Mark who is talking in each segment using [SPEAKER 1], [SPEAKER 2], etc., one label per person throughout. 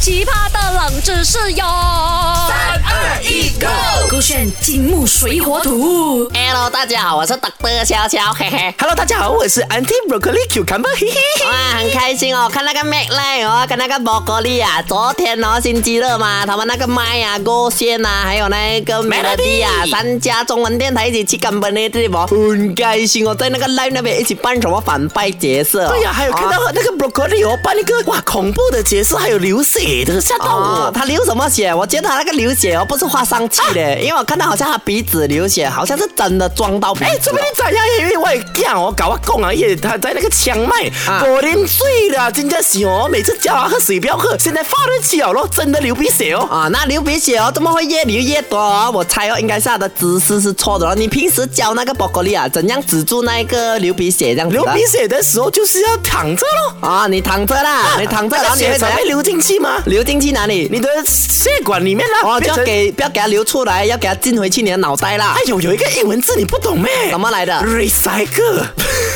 [SPEAKER 1] 奇葩的冷知识哟！三
[SPEAKER 2] 二一，Go！
[SPEAKER 1] 勾选金木水火土。
[SPEAKER 3] Hello，大家好，我是 Dr. 悄悄，嘿嘿。
[SPEAKER 2] Hello，大家好，我是 Anti Broccoli Cucumber，嘿嘿。
[SPEAKER 3] 哇，很开心哦！看那个 Mac Line 哦，跟那个 b r o c o l i 啊，昨天哦星期六嘛，他们那个麦啊、勾线啊，还有那个 Melody 啊，三家中文电台一起去干本的对不？很开心哦，在那个 Live 那边一起扮什么反派角色、哦。
[SPEAKER 2] 对哎呀、还有看到那个 Broccoli 哦，扮那个哇恐怖的角色，还有流血的，吓到我。
[SPEAKER 3] 哦，他流什么血？我觉得他那个流血哦，不是画上去的，因为我看到好像他鼻子流血，好像是真的撞到鼻子了。
[SPEAKER 2] 哎，这边你怎样？因为我也讲我搞我讲啊，因为他在那个枪脉，
[SPEAKER 3] 啊
[SPEAKER 2] 我啉醉了，真的是哦，每次叫他喝水不要喝，现在发得起了咯，真的流鼻血哦。
[SPEAKER 3] 啊，那流鼻血哦，怎么会越流越多、哦？我猜哦，应该是他的姿势是错的哦。你平时教那个宝格丽啊，怎样止住那个流鼻血这样子的？
[SPEAKER 2] 流鼻血的时候就是要躺着咯，
[SPEAKER 3] 啊，你躺着啦，你躺着，然
[SPEAKER 2] 那
[SPEAKER 3] 后
[SPEAKER 2] 个
[SPEAKER 3] 你会
[SPEAKER 2] 血
[SPEAKER 3] 怎
[SPEAKER 2] 才
[SPEAKER 3] 样
[SPEAKER 2] 会？流进去吗？
[SPEAKER 3] 流进去哪里？
[SPEAKER 2] 你的血管里面啦，
[SPEAKER 3] 哦，就
[SPEAKER 2] 变
[SPEAKER 3] 要
[SPEAKER 2] 成。
[SPEAKER 3] 给不要给它流出来，要给它进回去你的脑袋啦
[SPEAKER 2] 哎。呦，有一个英文字你不懂咩？
[SPEAKER 3] 怎么来的
[SPEAKER 2] ？recycle。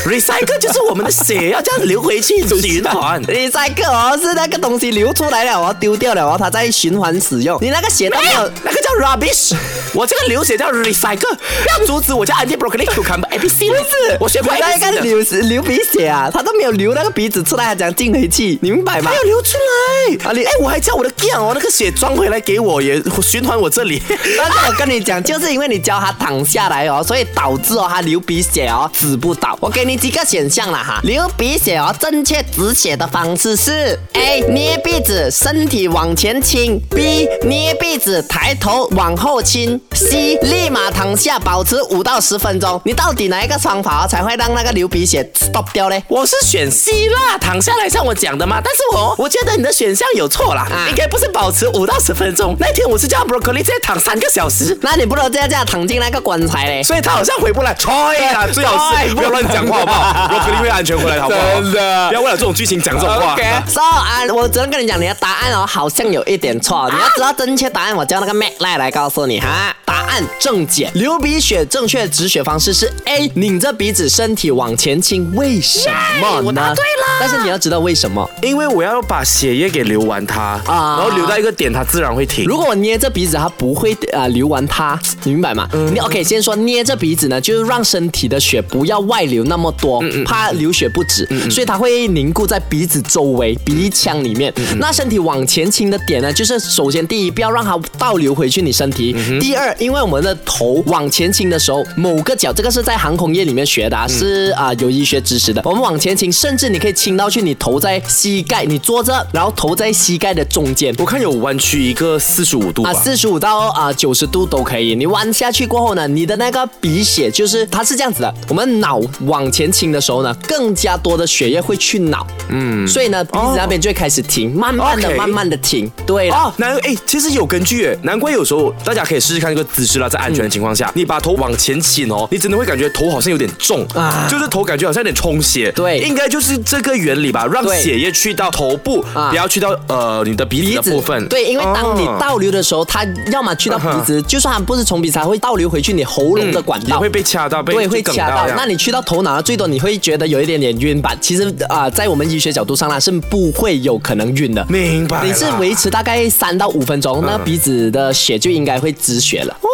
[SPEAKER 2] recycle 就是我们的血要这样流回去循 环。
[SPEAKER 3] 你再个哦，是那个东西流出来了哦，丢掉了哦，它再循环使用。你那个血都没
[SPEAKER 2] 没有
[SPEAKER 3] 有，
[SPEAKER 2] 那个叫 rubbish，我这个流血叫 recycle，要阻止我叫 anti broccoli cucumber A B C，不是我学过
[SPEAKER 3] 我
[SPEAKER 2] A
[SPEAKER 3] 那
[SPEAKER 2] B
[SPEAKER 3] 个
[SPEAKER 2] C 的，
[SPEAKER 3] 流流鼻血啊，它都没有流那个鼻子出来，还讲进回去，你明白吗
[SPEAKER 2] 没？有哎流出来
[SPEAKER 3] 啊
[SPEAKER 2] 啊！
[SPEAKER 3] 你
[SPEAKER 2] 你哎，我还叫我的 g 哦，那个血装回来给我，也循环我这里。
[SPEAKER 3] 但是我跟你讲，就是因为你教他躺下来哦，所以导致哦他流鼻血哦止不倒。我给你几个选项了哈，流鼻血哦，正确止血的方式是 A 捏鼻子，身体往前倾；B 捏鼻子，抬头往后倾；C 立马躺下，保持五到十分钟。你到底哪一个方法哦才会让那个流鼻血 stop 掉嘞？
[SPEAKER 2] 我是选 C 啦，躺下来像我讲的嘛。但是我我觉得你的选项有错啦，
[SPEAKER 3] 啊
[SPEAKER 2] 应该不是保持五到十分钟。那天我是叫 broccoli 再躺三个小时，
[SPEAKER 3] 那你不能这样这样躺进那个棺材嘞？
[SPEAKER 2] 所以他好像回不来。吹啊，最好
[SPEAKER 3] 哎
[SPEAKER 2] 是不要乱讲话好不 好？我肯定会安全回来的好不好？
[SPEAKER 3] 真的
[SPEAKER 2] 不要为了这种剧情讲这种话。
[SPEAKER 3] So 啊，我只能跟你讲，你的答案哦，好像有一点错。你要知道正确答案，我叫那个 Mac 赖来告诉你哈。答案正解，流鼻血正确止血方式是 A，拧着鼻子，身体往前倾。为什么呢？
[SPEAKER 2] 我答对了
[SPEAKER 3] 但是你要知道为什么。
[SPEAKER 2] 因为我要把血液给流完它，
[SPEAKER 3] 啊
[SPEAKER 2] 然后流到一个点，它自然会停。
[SPEAKER 3] 如果我捏着鼻子，它不会啊、呃流完它，你明白吗？你 OK，先说捏着鼻子呢，就是让身体的血不要外流那么多，怕流血不止，所以它会凝固在鼻子周围、鼻腔里面。那身体往前倾的点呢，就是首先第一，不要让它倒流回去你身体；第二，因为我们的头往前倾的时候，某个角，这个是在航空业里面学的、啊，是啊、有医学知识的。我们往前倾，甚至你可以倾到去你头在膝盖，你坐着，然后头在膝盖的中间。
[SPEAKER 2] 我看有弯曲一个四十五度吧
[SPEAKER 3] 啊，，四十五到啊九十度都可以。你弯下去过后呢，你的那个鼻血就是它是这样子的，我们脑往前倾的时候呢，更加多的血液会去脑，嗯，所以呢鼻子那边就会开始停，慢慢的、
[SPEAKER 2] OK
[SPEAKER 3] 慢慢的停。对了，
[SPEAKER 2] 哦，难哎，其实有根据哎，难怪有时候大家可以试试看这个姿势啦，在安全的情况下，你把头往前倾哦，你真的会感觉头好像有点重，
[SPEAKER 3] 啊
[SPEAKER 2] 就是头感觉好像有点充血，
[SPEAKER 3] 对
[SPEAKER 2] 应该就是这个原理吧，让
[SPEAKER 3] 对
[SPEAKER 2] 血液去到头部，
[SPEAKER 3] 啊
[SPEAKER 2] 不要去到呃你的鼻子的部分，
[SPEAKER 3] 对，因为当你
[SPEAKER 2] 哦嗯
[SPEAKER 3] 倒流的时候，它要么去到鼻子，就算它不是从鼻子，它会倒流回去你喉咙的管
[SPEAKER 2] 也
[SPEAKER 3] 道。
[SPEAKER 2] 会被掐到，被
[SPEAKER 3] 对，会
[SPEAKER 2] 梗
[SPEAKER 3] 掐到
[SPEAKER 2] 这。样
[SPEAKER 3] 那你去到头脑，最多你会觉得有一点点晕吧。其实啊、在我们医学角度上呢，是不会有可能晕的。
[SPEAKER 2] 明白啦？
[SPEAKER 3] 你是维持大概三到五分钟，那鼻子的血就应该会止血了。
[SPEAKER 2] 哦，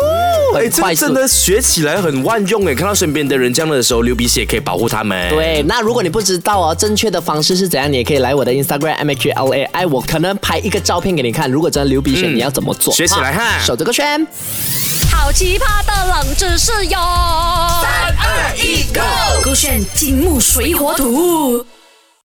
[SPEAKER 2] 哎，
[SPEAKER 3] 很
[SPEAKER 2] 这
[SPEAKER 3] 快
[SPEAKER 2] 个
[SPEAKER 3] 速
[SPEAKER 2] 真的学起来很万用哎，看到身边的人这样的时候，流鼻血可以保护他们。。
[SPEAKER 3] 对，那如果你不知道哦，正确的方式是怎样，你也可以来我的 Instagram M H L A I，我可能拍一个照片给你看。如果真的流鼻血，你要怎么做？
[SPEAKER 2] 嗯学起来哈
[SPEAKER 3] 手这个圈。
[SPEAKER 1] 好奇葩的冷知识哟！三
[SPEAKER 2] 二一 go
[SPEAKER 1] 勾选金木水火土。